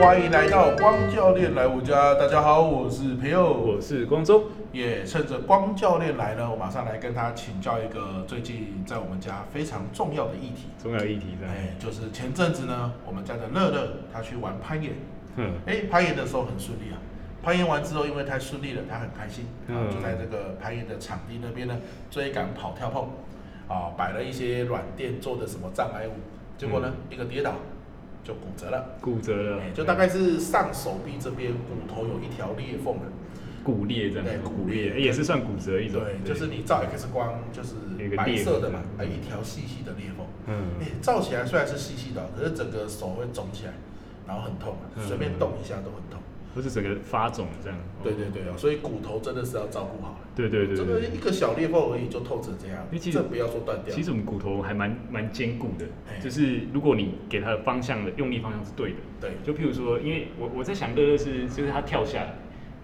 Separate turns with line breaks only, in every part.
欢迎来到光教练来我家。大家好，我是培佑，
我是光中，
也趁着光教练来了，我马上来跟他请教一个最近在我们家非常重要的议题。
重要议题在，
哎，就是前阵子呢，我们家的乐乐他去玩攀岩，
哼，
哎，攀岩的时候很顺利啊。攀岩完之后，因为太顺利了，他很开心，
嗯
然后就在这个攀岩的场地那边呢，追赶跑跳碰，啊，摆了一些软垫做的什么障碍物，结果呢，
嗯
一个跌倒就骨折了。
骨折了
哎，就大概是上手臂这边骨头有一条裂缝的，
骨裂这样，
对骨裂
哎也是算骨折一种，
对，就是你照 X 光就是
有一个
白
裂
色的嘛，
缝
哎，一条细细的裂缝，
嗯
哎，照起来虽然是细细的哦，可是整个手会肿起来，然后很痛啊，
嗯
随便动一下都很痛。
或是整个发肿这样，
对对对哦，所以骨头真的是要照顾好。
对对对
这
对
个
对。
一个小裂缝而已就透成这样
因为，其实
这不要说断掉
其。实我们骨头还蛮蛮坚固的
哎，
就是如果你给它的方向的用力方向是对的，
对
就譬如说，因为我我在想乐乐是就是他跳下来，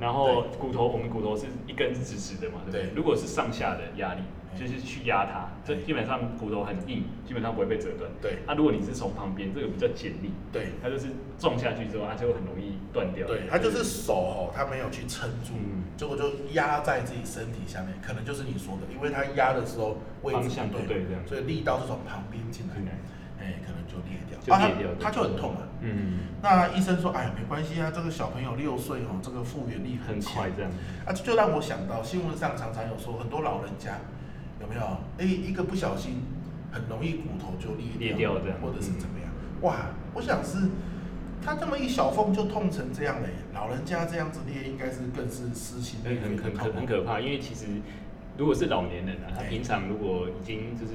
然后骨头我们骨头是一根是直直的嘛，对不对？
对
如果是上下的压力，
哎
就是去压它，这
哎
基本上骨头很硬，基本上不会被折断。
对
那、啊如果你是从旁边，这个比较简力，
对
它就是撞下去之后，它就很容易断掉。
对，他就是手哦，他没有去撑住
嗯，
结果就压在自己身体下面，可能就是你说的，因为他压的时候位置
方向
不
不
对
对这样
所以力道是从旁边进来
进来，
哎，可能就裂掉，
就裂
啊
掉
他他
对
就很痛了。
嗯，
那医生说，哎呀，没关系啊，这个小朋友六岁哦，这个复原力
很
强
快这样。
啊，这就让我想到新闻上常常有说，很多老人家有没有？哎、一个不小心，很容易骨头就裂
裂掉这样嗯
或者是怎么样？哇，我想是他这么一小缝就痛成这样嘞，老人家这样子裂，应该是更是撕心裂
很
肺
很
的
很
痛苦
可很可怕，因为其实如果是老年人啊，他
对
平常如果已经就是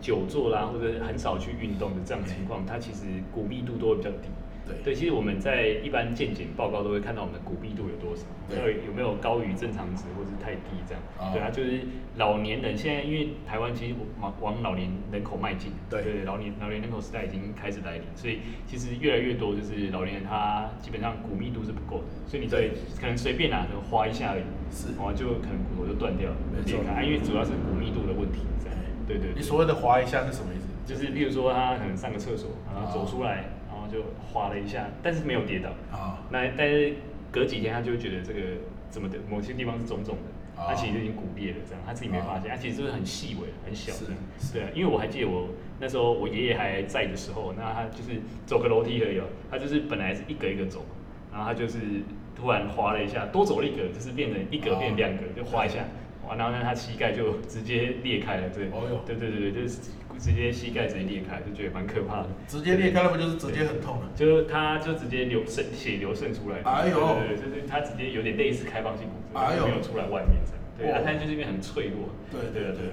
久坐啦，或者很少去运动的这样情况，他其实骨密度都会比较低。
对
对，其实我们在一般健检报告都会看到我们的骨密度有多少，
对
有有没有高于正常值或是太低这样。
哦
对啊，就是老年人现在因为台湾其实往往老年人口迈进，
对
对，老年老年人口时代已经开始来临，所以其实越来越多就是老年人他基本上骨密度是不够的，所以你在可能随便拿着划一下而已，
是
哦，就可能骨头就断掉了，
没
裂
错
开，啊因为主要是骨密度的问题这
哎
样。对对对
你所谓的划一下是什么意思？
就是例如说他可能上个厕所，然后走出来，然后就滑了一下，但是没有跌倒。
啊、
那但是隔几天他就会觉得这个怎么的，某些地方是肿肿的，
哦
他其实已经骨裂了，这样他自己没发现，他其实就是很细微、很小
是
这样
是。
对啊，因为我还记得我那时候我爷爷还在的时候，那他就是走个楼梯而已哦，他就是本来是一格一格走，然后他就是突然滑了一下，多走了一格，就是变成一格
哦
变两格，就滑一下。哇，然后呢，他膝盖就直接裂开了，对，
哦哟
对对对对，就是直接膝盖直接裂开，就觉得蛮可怕的。
直接裂开了不就是直接很痛了？
就是他就直接流渗血流渗出来，
哎呦
对对对，就是他直接有点类似开放性骨折，
哎呦
没有出来外面这样，对，
哇
啊，但就是因为很脆弱，
对对
对
对。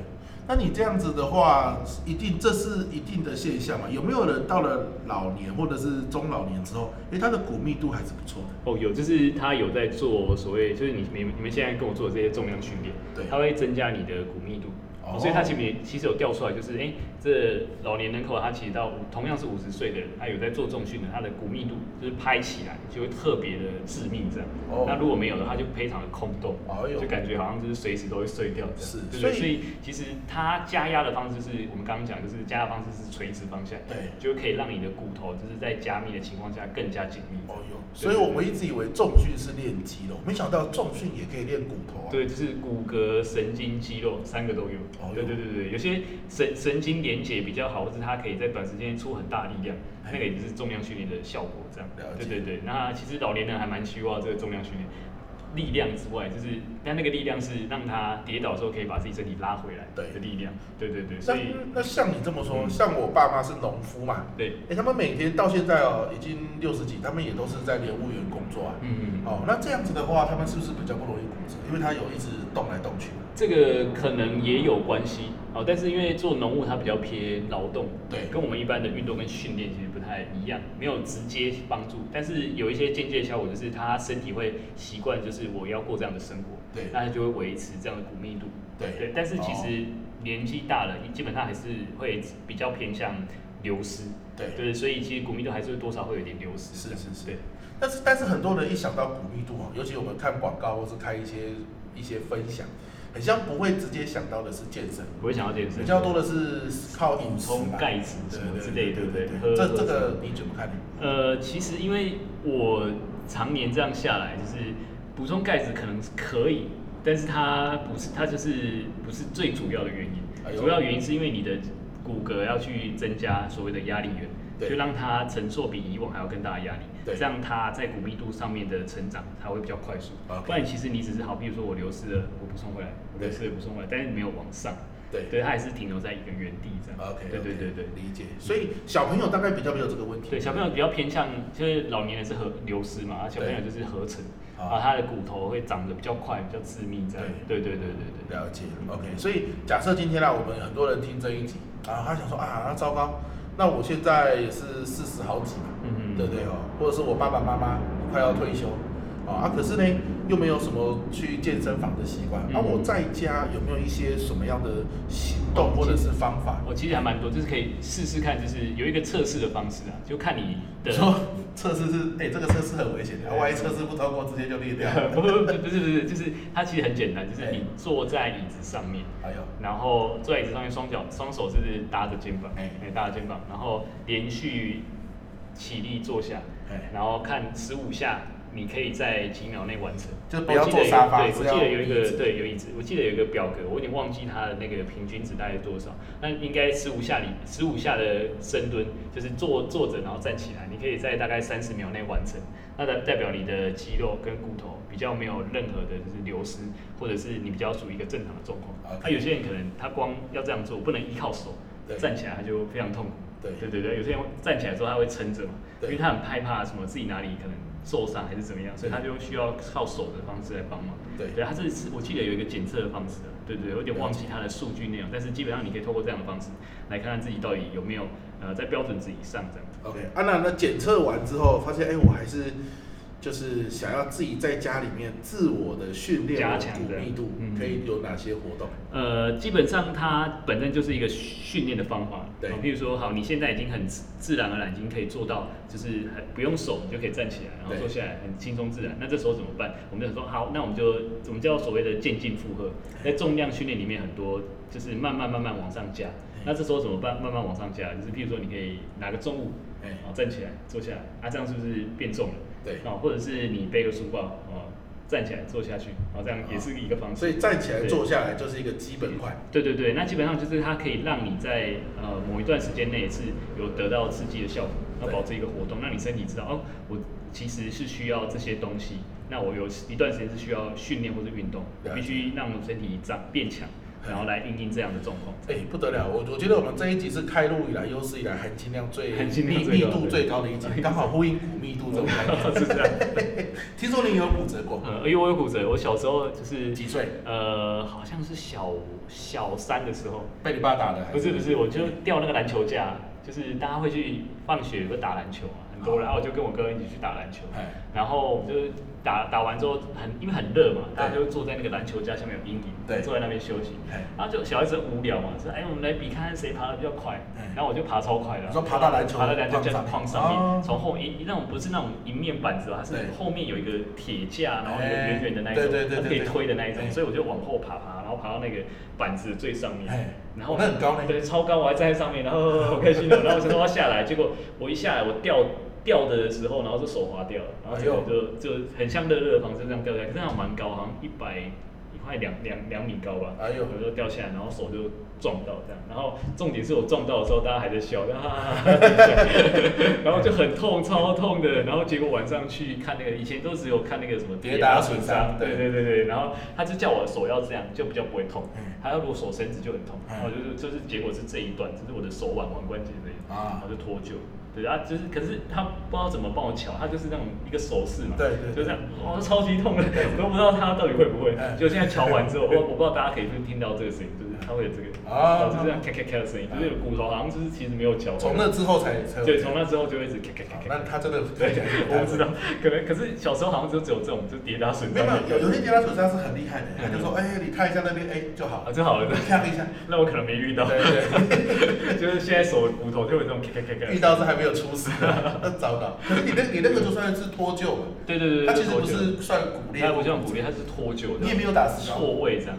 那你这样子的话，一定这是一定的现象嘛？有没有人到了老年或者是中老年之后，诶，他的骨密度还是不错的？
哦，有，就是他有在做所谓，就是你你们你们现在跟我做的这些重量训练，
对
它会增加你的骨密度。
哦
哦、所以它其实也其实有调出来，就是哎、诶这老年人口啊他其实到五同样是五十岁的人，他有在做重训的，他的骨密度就是拍起来就会特别的致命这样。
哦
那如果没有的，他就非常的空洞，
哎呦
就感觉好像就是随时都会碎掉这样。
是
对对
所
所
以
以其实它加压的方式是我们刚刚讲，就是加压方式是垂直方向，
对
就可以让你的骨头就是在加密的情况下更加紧密。
哦哟，所
对
以我们一直以为重训是练肌肉，没想到重训也可以练骨头啊。，
对，就是骨骼、神经、肌肉三个都有。
哦
对对对对，有些神神经连接比较好，或是它可以在短时间出很大力量，
哎
那个也就是重量训练的效果这样
了。解
对对对，那其实老年人还蛮需要这个重量训练。力量之外，就是但那个力量是让他跌倒的时候可以把自己身体拉回来
对
的力量。对对对，所
那
以
那像你这么说，
嗯
像我爸妈是农夫嘛，
对，
哎、他们每天到现在哦，已经六十几，他们也都是在连务员工作啊。
嗯，
哦，那这样子的话，他们是不是比较不容易骨折？因为他有一直动来动去。
这个可能也有关系哦，但是因为做农务它比较偏劳动，
对
跟我们一般的运动跟训练其实不太一样，没有直接帮助，但是有一些间接的效果，就是他身体会习惯，就是我要过这样的生活，
对
那他就会维持这样的骨密度，
对哦
对，但是其实年纪大了，基本上还是会比较偏向流失，
哦对
对，所以其实骨密度还是会多少会有点流失，
是
这样
是是
对。
但是但是很多人一想到骨密度哦，尤其我们看广告或是看一些一些分享，很像不会直接想到的是健身，
不会想要健身，
比较多的是靠饮食
充
吧
钙质什么之类，对不对？喝
这
喝
这
什么
个你怎么看？
呃，其实因为我常年这样下来，就是补充钙质可能是可以，但是它不是，它就是不是最主要的原因。
哎呦
主要原因是因为你的骨骼要去增加所谓的压力
对
源，就让它承受比以往还要更大的压力，
对
这样它在骨密度上面的成长才会比较快速。
OK
不然其实你只是好，比如说我流失了，我补充回来，我
对
流失了补充回来，但是没有往上，
对
对，它还是停留在一个原地这样。
，OK，
对对对对。
理解。所以小朋友大概比较没有这个问题。
对，小朋友比较偏向，就是老年人是合流失嘛，啊小朋友就是合成，
啊
然后他的骨头会长得比较快，比较致密这样。对对对对对。
了解，OK。所以假设今天啦，我们很多人听这一集啊，他想说啊，糟糕，那我现在也是四十好几了，
嗯
对不对哦？或者是我爸爸妈妈快要退休啊，啊可是呢又没有什么去健身房的习惯，那、
嗯
我在家有没有一些什么样的行动或者是方法？
我其实还蛮多，就是可以试试看，就是有一个测试的方式啊，就看你的
你。说测试是，哎、这个测试很危险的，万一测试不通过，直接就裂掉。
不不不不是不是，就是它其实很简单，就是你坐在椅子上面，
还有，
然后坐在椅子上面，双脚双手是搭着肩膀，
哎
哎、搭着肩膀，然后连续起立坐下，
哎
然后看十五下，你可以在几秒内完成。
就是不要坐沙发
我记得有对，我记得有一
是要有椅子
个对有椅子，我记得有一个表格，我有点忘记它的那个平均值大概多少。那应该十五下里十五下的深蹲，就是坐坐着然后站起来，你可以在大概三十秒内完成。那代代表你的肌肉跟骨头比较没有任何的就是流失，或者是你比较属于一个正常的状况。
OK
啊那有些人可能他光要这样做，不能依靠手
对
站起来，他就非常痛苦。
对
对对对，有些人站起来之后他会撑着嘛，
对
因为他很害怕什么自己哪里可能受伤还是怎么样，所以他就需要靠手的方式来帮忙。
对
对，他这是我记得有一个检测的方式啊，对对，对有点忘记它的数据内容，但是基本上你可以透过这样的方式来看看自己到底有没有呃在标准值以上这样。
OK，啊那那检测完之后发现，哎、我还是就是想要自己在家里面自我的训练我
加
的
强
骨
的
密度，
嗯
可以有哪些活动？
呃，基本上它本身就是一个训练的方法。哦
对
好比如说，好，你现在已经很自自然而然已经可以做到，就是很不用手你就可以站起来，然后
对
坐下来很轻松自然。那这时候怎么办？我们就说好，那我们就我们叫所谓的渐进负荷，在重量训练里面很多就是慢慢慢慢往上加。那这时候怎么办？慢慢往上加，就是譬如说你可以拿个重物，
哎
然后站起来坐下来，啊，这样是不是变重了？
对
哦，或者是你背个书包，哦，站起来坐下去，哦，这样也是一个方式。
所以站起来
对
坐下来就是一个基本块。
对对对，那基本上就是它可以让你在呃某一段时间内是有得到刺激的效果，要
对
保持一个活动，让你身体知道哦，我其实是需要这些东西，那我有一段时间是需要训练或者运动，我
了解
必须让我身体长变强，然后来应应这样的状况。
哎、不得了！我我觉得我们这一集是开录以来有史以来含金量最
含金量
密
最
密
高
度
对
最高的一集，刚好呼应骨密度这种概念。
是这样。
听说你有骨折过，
呃，因为我有骨折，我小时候就是
几岁？
呃，好像是小小三的时候，
被你爸打的？还
不是不是，我就掉那个篮球架，就是大家会去放学有个打篮球嘛，很多人，然后我就跟我哥一起去打篮球
哎，
然后就是打打完之后很因为很热嘛，大家就坐在那个篮球架下面有阴影，
对
坐在那边休息
哎，
然后就小孩子无聊嘛，说哎我们来比看看谁爬的比较快
哎，
然后我就爬超快的，
你说爬到篮球
爬到篮球
框
架
上
框上
哦
面，从后一那种不是那种一面板子哦，它是
对
后面有一个铁架，然后有
哎
圆圆的那一种
对对对，
它可以
对对
推的那一种
哎，
所以我就往后爬爬，然后爬到那个板子的最上面
哎，
然后
那很高呢
对，超高，我还站在上面，然后呵呵好开心哦，然后我想说要下来，结果我一下来，我掉掉的时候，然后就手滑掉了，然后结果
哎
就就很像乐乐的方式这样掉下来，可是那种蛮高，好像一百一块两两两米高吧，
哎呦
我就掉下来，然后手就撞到这样，然后重点是我撞到的时候，大家还在笑，哈哈哈哈哈哈然后就很痛，超痛的，然后结果晚上去看那个，以前都只有看那个什么
跌打损伤
对对对对，然后他就叫我手要这样，就比较不会痛
嗯，
他要如果手伸直就很痛，
嗯
然后就是就是结果是这一段，就是我的手腕腕关节这里，
啊
然后就脱臼。对啊，就是可是他不知道怎么帮我瞧，他就是那种一个手势嘛，
对对对
就这样，哦，超级痛的，我都不知道他到底会不会
嗯。
就现在瞧完之后，我我不知道大家可以不可以听到这个声音，就是他会有这个，哦
啊哎
就是这样咔咔咔的声音，就是骨头好像就是其实没有瞧完。
从那之后才才有
对，从那之后就会一直咔
好
咔咔咔
那
咔。
他真的
对
听起来是，不太
我不知道，可能可是小时候好像就只有这种，就跌打损
没
伤
有没有，
的。
有有些跌打损伤是很厉害的，他
嗯
就说，哎，你看一下那边，哎，就好了，
啊，就好了。对
看 一下，
那我可能没遇到，
对对。
就是现在手骨头就有这种咔咔咔咔。
遇到是还没有出事，那糟糕。可是你那你那个就算是脱臼了，
对对对对，
它其实
脱臼
不是算骨裂，
它不像骨裂，它是脱臼的，
你也没有打石膏
错位这样。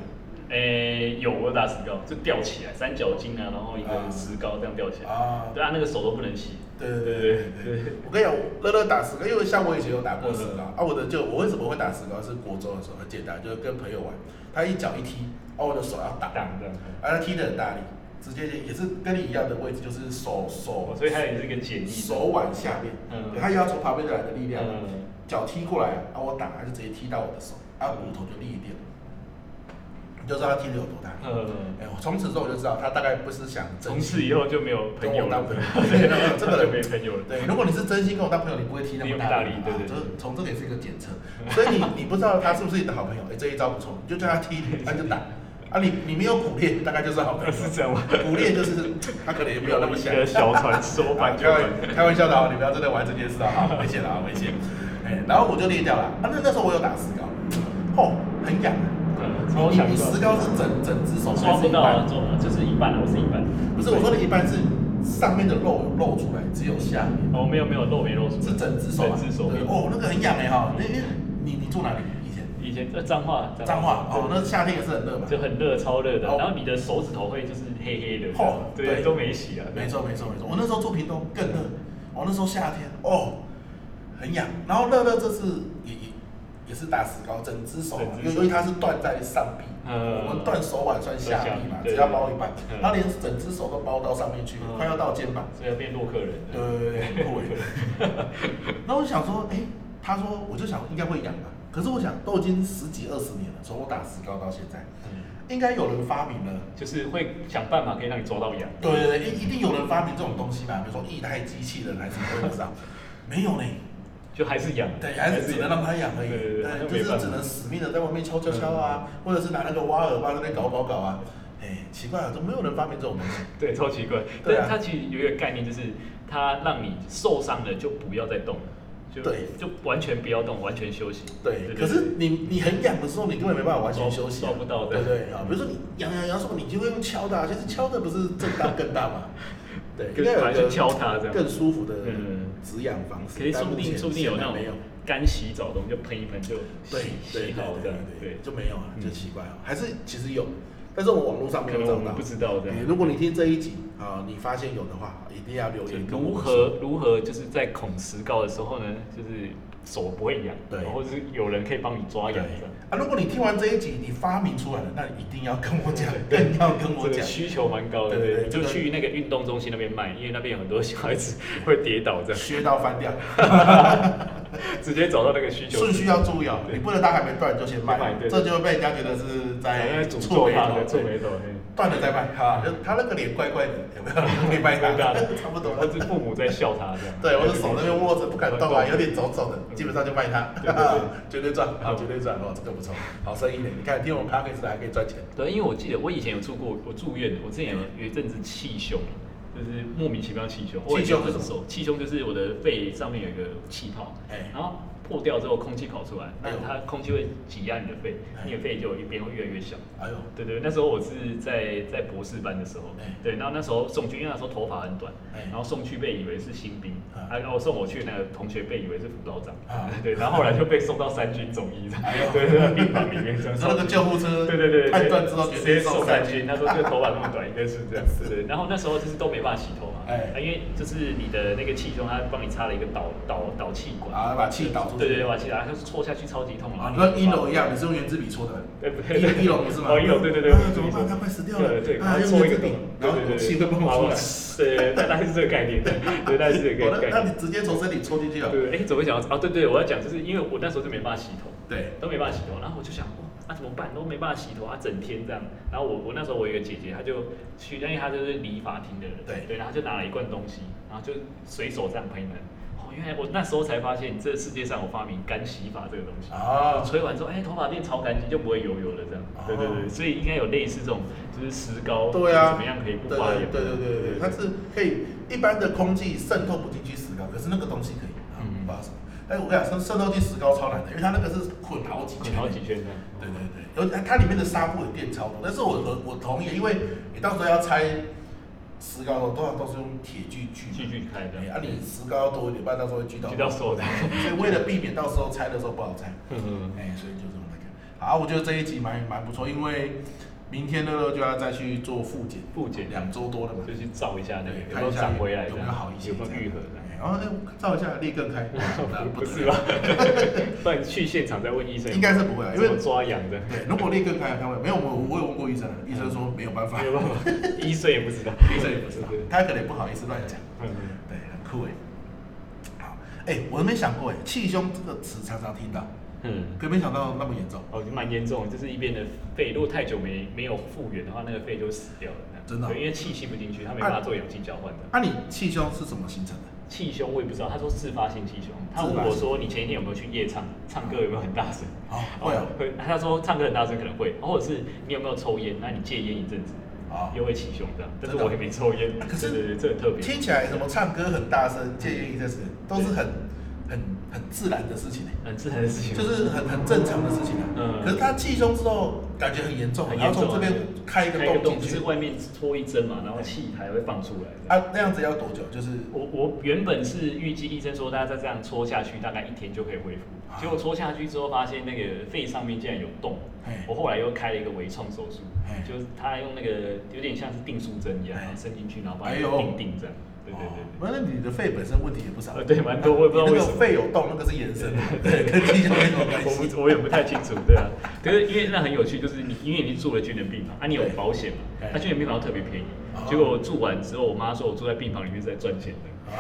诶、有我有打石膏，就吊起来三角巾啊，然后一
啊
个石膏这样吊起来。
啊，
对啊，那个手都不能洗。
对对对对对，我跟你讲，我乐乐打石膏，因为像我以前有打过石膏
嗯
啊，我的就我为什么会打石膏是国中的时候很简单，就是跟朋友玩，他一脚一踢，啊我的手要打，啊
挡的。
他踢得很大力，直接也是跟你一样的位置，就是手手
哦，所以它也是一个简易的。
手腕下面，
嗯
对，他也要从旁边来的力量，
嗯，
脚踢过来，啊我打，他就直接踢到我的手，啊骨头就裂掉，你就知道他踢得有多大力。
嗯，
哎，我从此之后我就知道他大概不是想
从
珍惜
此以后就没有朋
跟
友
我
了
当朋友，，
对，
这个
就
人
没朋友了。
对，如果你是真心跟我当朋友，你不会踢那么大
踢那么大力对对
就是从这个也是一个检测。所以你你不知道他是不是你的好朋友，哎，这一招不错，你就叫他踢，他就打。啊，你你没有骨裂，大概就是好朋友。
是这样吗？
骨裂就是他可能也没有那么
一
想。
个小 传说
啊
版就
开玩开玩笑的啊，你不要真的玩这件事啊，好危险啊，危险。哎，然后我就裂掉了。啊，那那时候我有打石膏，哦，很痒啊。
嗯，超
你
强
你你石
壮。
膏是整整只手还
抓
是
不
一
到啊，
半？
抓不到就是一半啊，我是一半。
不是，我说的一半是上面的肉有露出来，只有下面。
哦，没有没有露没露出来。
是整只手吗？
整只手
对哦，那个很痒哎哈。那那你你住哪里？以前
以前这脏话，
彰化
对
哦，那夏天也是很热嘛。
就很热，超热的。
哦
然后你的手指头会就是黑黑的，
哦对
对，都没洗啊。
没错没错没错，我那时候住屏东更热，我那时候夏天哦很痒，然后乐乐这次也也也是打石膏，整只手啊，
整只
因为
手
因为它是断在上臂，
嗯
我们断手腕算下臂嘛
算下，臂对
只要包一半，
嗯
他连整只手都包到上面去，
嗯
快要到肩膀。
所以要变洛克人了。
对对对，很酷哎。然后我就想说，哎、他说，我就想应该会痒吧。可是我想，都已经十几二十年了，从我打石膏到现在，
嗯
应该有人发明了。
就是会想办法可以让你抓到痒。
对对对，一一定有人发明这种东西吧？比如说液态机器人还是什么，我也不知 道。没有呢，
就还是痒，
对，还是只能让它痒而已。
对对对好
就
像没办
是
法嗯
只能死命的在外面敲敲敲啊，或者是拿那个挖耳巴在那边搞搞搞啊。哎、奇怪了，怎么没有人发明这种东西？
对，超奇怪。
对啊
但它其实有一个概念，就是它让你受伤了就不要再动了，就
对
就完全不要动，完全休息。
对，可是你你很痒的时候，你根本没办法完全休息、啊，
抓不到
对
的
不对啊？比如说你痒痒痒什么，你就会用敲的、啊，其实敲的不是震荡更大 嘛？对，
更
应该有
反
一
正
个
敲它这样
更舒服的
嗯
止痒方式。
可是
但
说不
目
定
前
说不定有那
显然
种
没有，
干洗澡的，我们就喷一喷就
对
洗
对
洗
对
好这
对
样。
对
对，，
就没有了，就
嗯
奇怪哦，还是其实有，但是我网络上没
可
有
能
找
我
到
们不。知道这
哎
样。
如果你听这一集啊，你发现有的话，一定要留
就
言跟我
如
们
何
说。
如何就是在恐石膏的时候呢，就是手不会痒，
对
然后就是有人可以帮你抓
对
痒这样。
啊，如果你听完这一集，你发明出来了，那你一定要跟我 讲， 更要跟我
这个
讲。
需求蛮高的，
对对
对，
对
你就去那个运动中心那边卖，因为那边有很多小孩子会跌倒这样，
削到翻掉，
直接找到那个需求
顺序要注意哦，
对
你不能当还没断就先卖
先卖，对
这就会被人家觉得是在
诅
触
咒
眉
他
头
的，皱
对
眉头，
断了再卖，哈，就他那个脸怪怪的，有 没有？可以
嗯
卖他，差不多
他
了。
是父母在笑他这样，
对，我的手那边握着不敢动啊，有点肿肿的，
嗯
基本上就卖它
对对对，
绝对赚，好，绝对赚哦，这个不错，好生意呢。你看，听我们 p a c k a g e 还可以赚钱，
对，因为我记得我以前有住过，我住院，我之前有有一阵子气胸，就是莫名其妙气胸，我以前
气胸是什么
很瘦，气胸就是我的肺上面有一个气泡，
哎，
然后破掉之后空气跑出来，
哎
那
呦
它空气会挤压你的肺，你的肺就有一边会越来越小。
哎呦，
对对，那时候我是在在博士班的时候
哎，
对，然后那时候送去，因为那时候头发很短
哎，
然后送去被以为是新兵，
啊
啊，然后送我去那个同学被以为是辅导长
啊，
对，然后后来就被送到三军总医的
哎呦，
对对，病房里面
你
这样
说那个救护车，
对对对，对
判断之后决
直
定
接
送
送
三
三
军，
军。他说这头发那么短，应该是这样子。对，然后那时候就是都没办法洗头嘛，
哎
啊因为就是你的那个气胸，他帮你插了一个导导导气管，
啊，把气导出去，
对对对，把气打，就是戳下去超级痛
啊
了。，
你跟一楼一样，你是用圆珠笔戳的。
对不对？
一一楼不是吗？
哦，一楼对对对，
啊
我
怎么办？
一楼
它快死掉了。
对，
啊，
然后
用
抽一
圆
个
珠笔
洞，
然后武器会蹦
好
出来。
对对，对大概是这个概念，对，大概是这
我
个
那
概
那
念。
你直接从身体抽进去啊了。
对，哎，怎么会想到？哦，对对，我要讲就是因为我那时候就没办法洗头，
对，
都没办法洗头，然后我就想，哇，那、怎么办？都没办法洗头啊，整天这样。然后我我那时候我有一个姐姐，她就去，因为她就是理发厅的人，
对
对，然后她就拿了一罐东西，然后就随手这样喷一喷。哦，原来我那时候才发现，这世界上有发明干洗法这个东西。
啊，
吹完之后，哎、头发变超干净，就不会油油的这样。对对
哦
对，所以应该有类似这种，就是石膏，
对啊，
怎么样可以不发炎？
对对对对对，它是可以一般的空气渗透不进去石膏，可是那个东西可以，啊，
嗯
不知道什么。但是我跟你讲，渗渗透进石膏超难的，因为它那个是捆好几
滚
圈。
好几圈这样。
对对对，有它里面的纱布有垫超多，但是我我我同意，因为你到时候要拆石膏的时候，多少都是用铁锯锯嘛。
继续开这
哎
样。
啊，你石膏要多一点，不然到时候会锯到。
锯到手的
所以为了避免到时候拆的时候不好拆，
嗯
哎，所以就这么那个。好，我觉得这一集蛮蛮不错，因为明天乐乐就要再去做复检，
复检
两周多了嘛
就，去照一下那个
对，
有没
看
有
一下
长回来，
有没有好一些，
有没有愈合
这
的
样。。哎然后哎，我照一下裂更 开，那
不
得
是
了
吧？ 不然去现场再问医生，
应该是不会啊，因
因
为
为抓痒的，
对，如果裂更开，他会没有我我有问过医生了，医生说没有办法
没，有办 法，医生也不知道，
医生也不知道
对对，
他可能也不好意思乱讲。
嗯
对，很酷哎。好，哎，我没想过哎，气胸这个词常常听到，
嗯，
可没想到那么严重，
哦，就蛮严重的，就是一边的肺，如果太久没没有复原的话，那个肺就死掉了，那样
真的啊
对，因为气吸不进去，他没办法做氧气交换的。
啊那、你气胸是怎么形成的？
气胸我也不知道，他说自发性气胸，他
自
问
发性
我说你前一天有没有去夜唱，唱歌有没有很大声？
哦，会啊，
会，他说唱歌很大声可能会，哦或者是你有没有抽烟？那你戒烟一阵子，
哦，
又会起胸这样。但
真
是
的
我也没抽烟，
啊可是
对对对，这很特别。
听起来什么唱歌很大声、戒烟一阵子，都是很很很自然的事情哎，
很自然的事情，
就是很很正常的事情啊。
嗯
可是他气胸之后感觉很严重，
很
然
严
后
重
从这
啊。
边开一个
洞，
洞进
就是
去，
外面戳一针嘛，然后气还会放出来这样。
啊，那样子要多久？就是
我我原本是预计医生说大家再这样戳下去，大概一天就可以恢复。
啊
结果戳下去之后，发现那个肺上面竟然有洞
哎。
我后来又开了一个微创手术
哎，
就是他用那个有点像是订书针一样，
哎
然后伸进去，然后把
哎
你
呦
定定这样。对对对
哦
对。
反正你的肺本身问题也不少，
呃对蛮多我也不知道
你
为
那
什
个
么
肺有洞，那个是延伸的，对，跟气胸没什么关
我
系。
不我也不太清楚，对啊。可是因为那很有趣，就是你因为你住了军人病房，啊，你有
对
保险嘛
对，
他军人病房特别便宜
哦。
结果我住完之后，我妈说我住在病房里面是在赚钱的，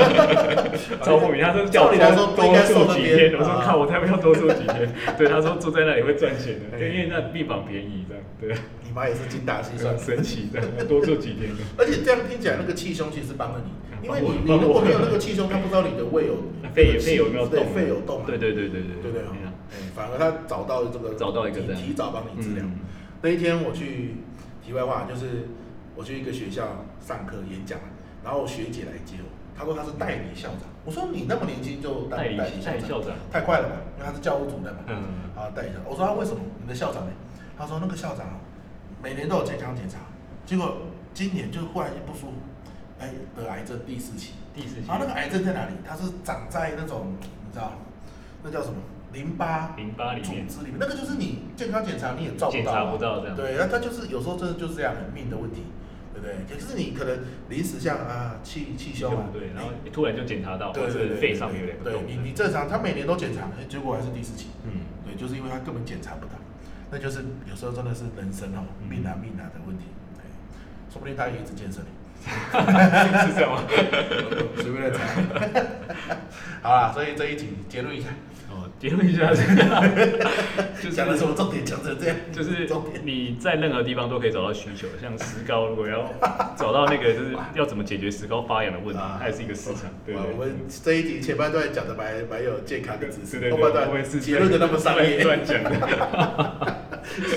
啊
超莫名。她说叫
照
我
理来说
多
不应该受
多住
那
几
边
天，我说
啊
看我才不要多住几天。对，她说住在那里会赚钱的，
对
对，因为那病房便宜这样，对啊，
你妈也是精打细算
很，神奇这样，多住几天的。
而且这样听起来那个气胸其实帮了
嗯
你，因为你你
帮我
如果没有那个气胸，他不知道你的胃有
肺有肺有没有
对
洞？
肺有洞啊，
对对对对对
对不对啊
啊？
哎反而他找到这个
找到一个
提
这样
提早帮你治疗
嗯。
那一天我去题外话，就是我去一个学校上课演讲，然后我学姐来接我，她说她是代理校长，我说你那么年轻就当
嗯代理代理
校
校长
太快了吧？因为他是教务主任嘛。
嗯
啊，代理校长，我说他为什么？你的校长呢？他说那个校长啊每年都有健康检查，结果今年就忽然间不舒服，哎，得癌症第四期。
第四期
然后那个癌症在哪里？它是长在那种你知道，那叫什么淋巴
淋巴里
组
面
织里面，那个就是你健康检查你也照不
检
到、
查
啊，
不到这样
对，那它就是有时候真的就是这样很命的问题，对不对？可是你可能临时像啊气气胸啊，
对，然后
哎
突然就检查到，
对对
或者是
对
肺上面有两个
对
洞。
你你正常，他每年都检查，哎结果还是第四期，
嗯。
对，就是因为他根本检查不到，那就是有时候真的是人生哦
嗯
命啊命啊的问题，对，说不定他也一直健身呢。
嗯是这样吗？
随便乱猜。 好啦，所以这一集结论一下，
哦，结论一下是，就
讲的什
是
么重点讲成这样，
就是
重点。
你在任何地方都可以找到需求，像石膏，如果要找到那个就是要怎么解决石膏发痒的问题
啊，
它也是一个市场，对
哇
不
我
对
们？这一集前半段讲的蛮蛮有健康的知识，
对对对，
后半
我
段
也是
结论的那么商业，
乱讲的，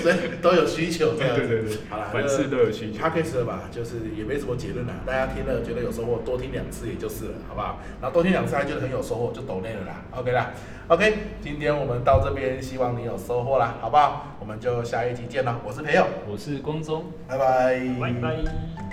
所以都有需求这
对
样子。
对对对，
好啦，
凡事都有需求
p a c。k a g e 了吧，就是也没什么结论啦，大家听了觉得有收获，多听两次也就是了，好不好？然后多听两次还觉得很有收获，就抖内了啦，OK 啦，OK，今天我们到这边，希望你有收获啦，好不好？我们就下一集见啦，我是培友，
我是光宗，
拜拜，
拜拜。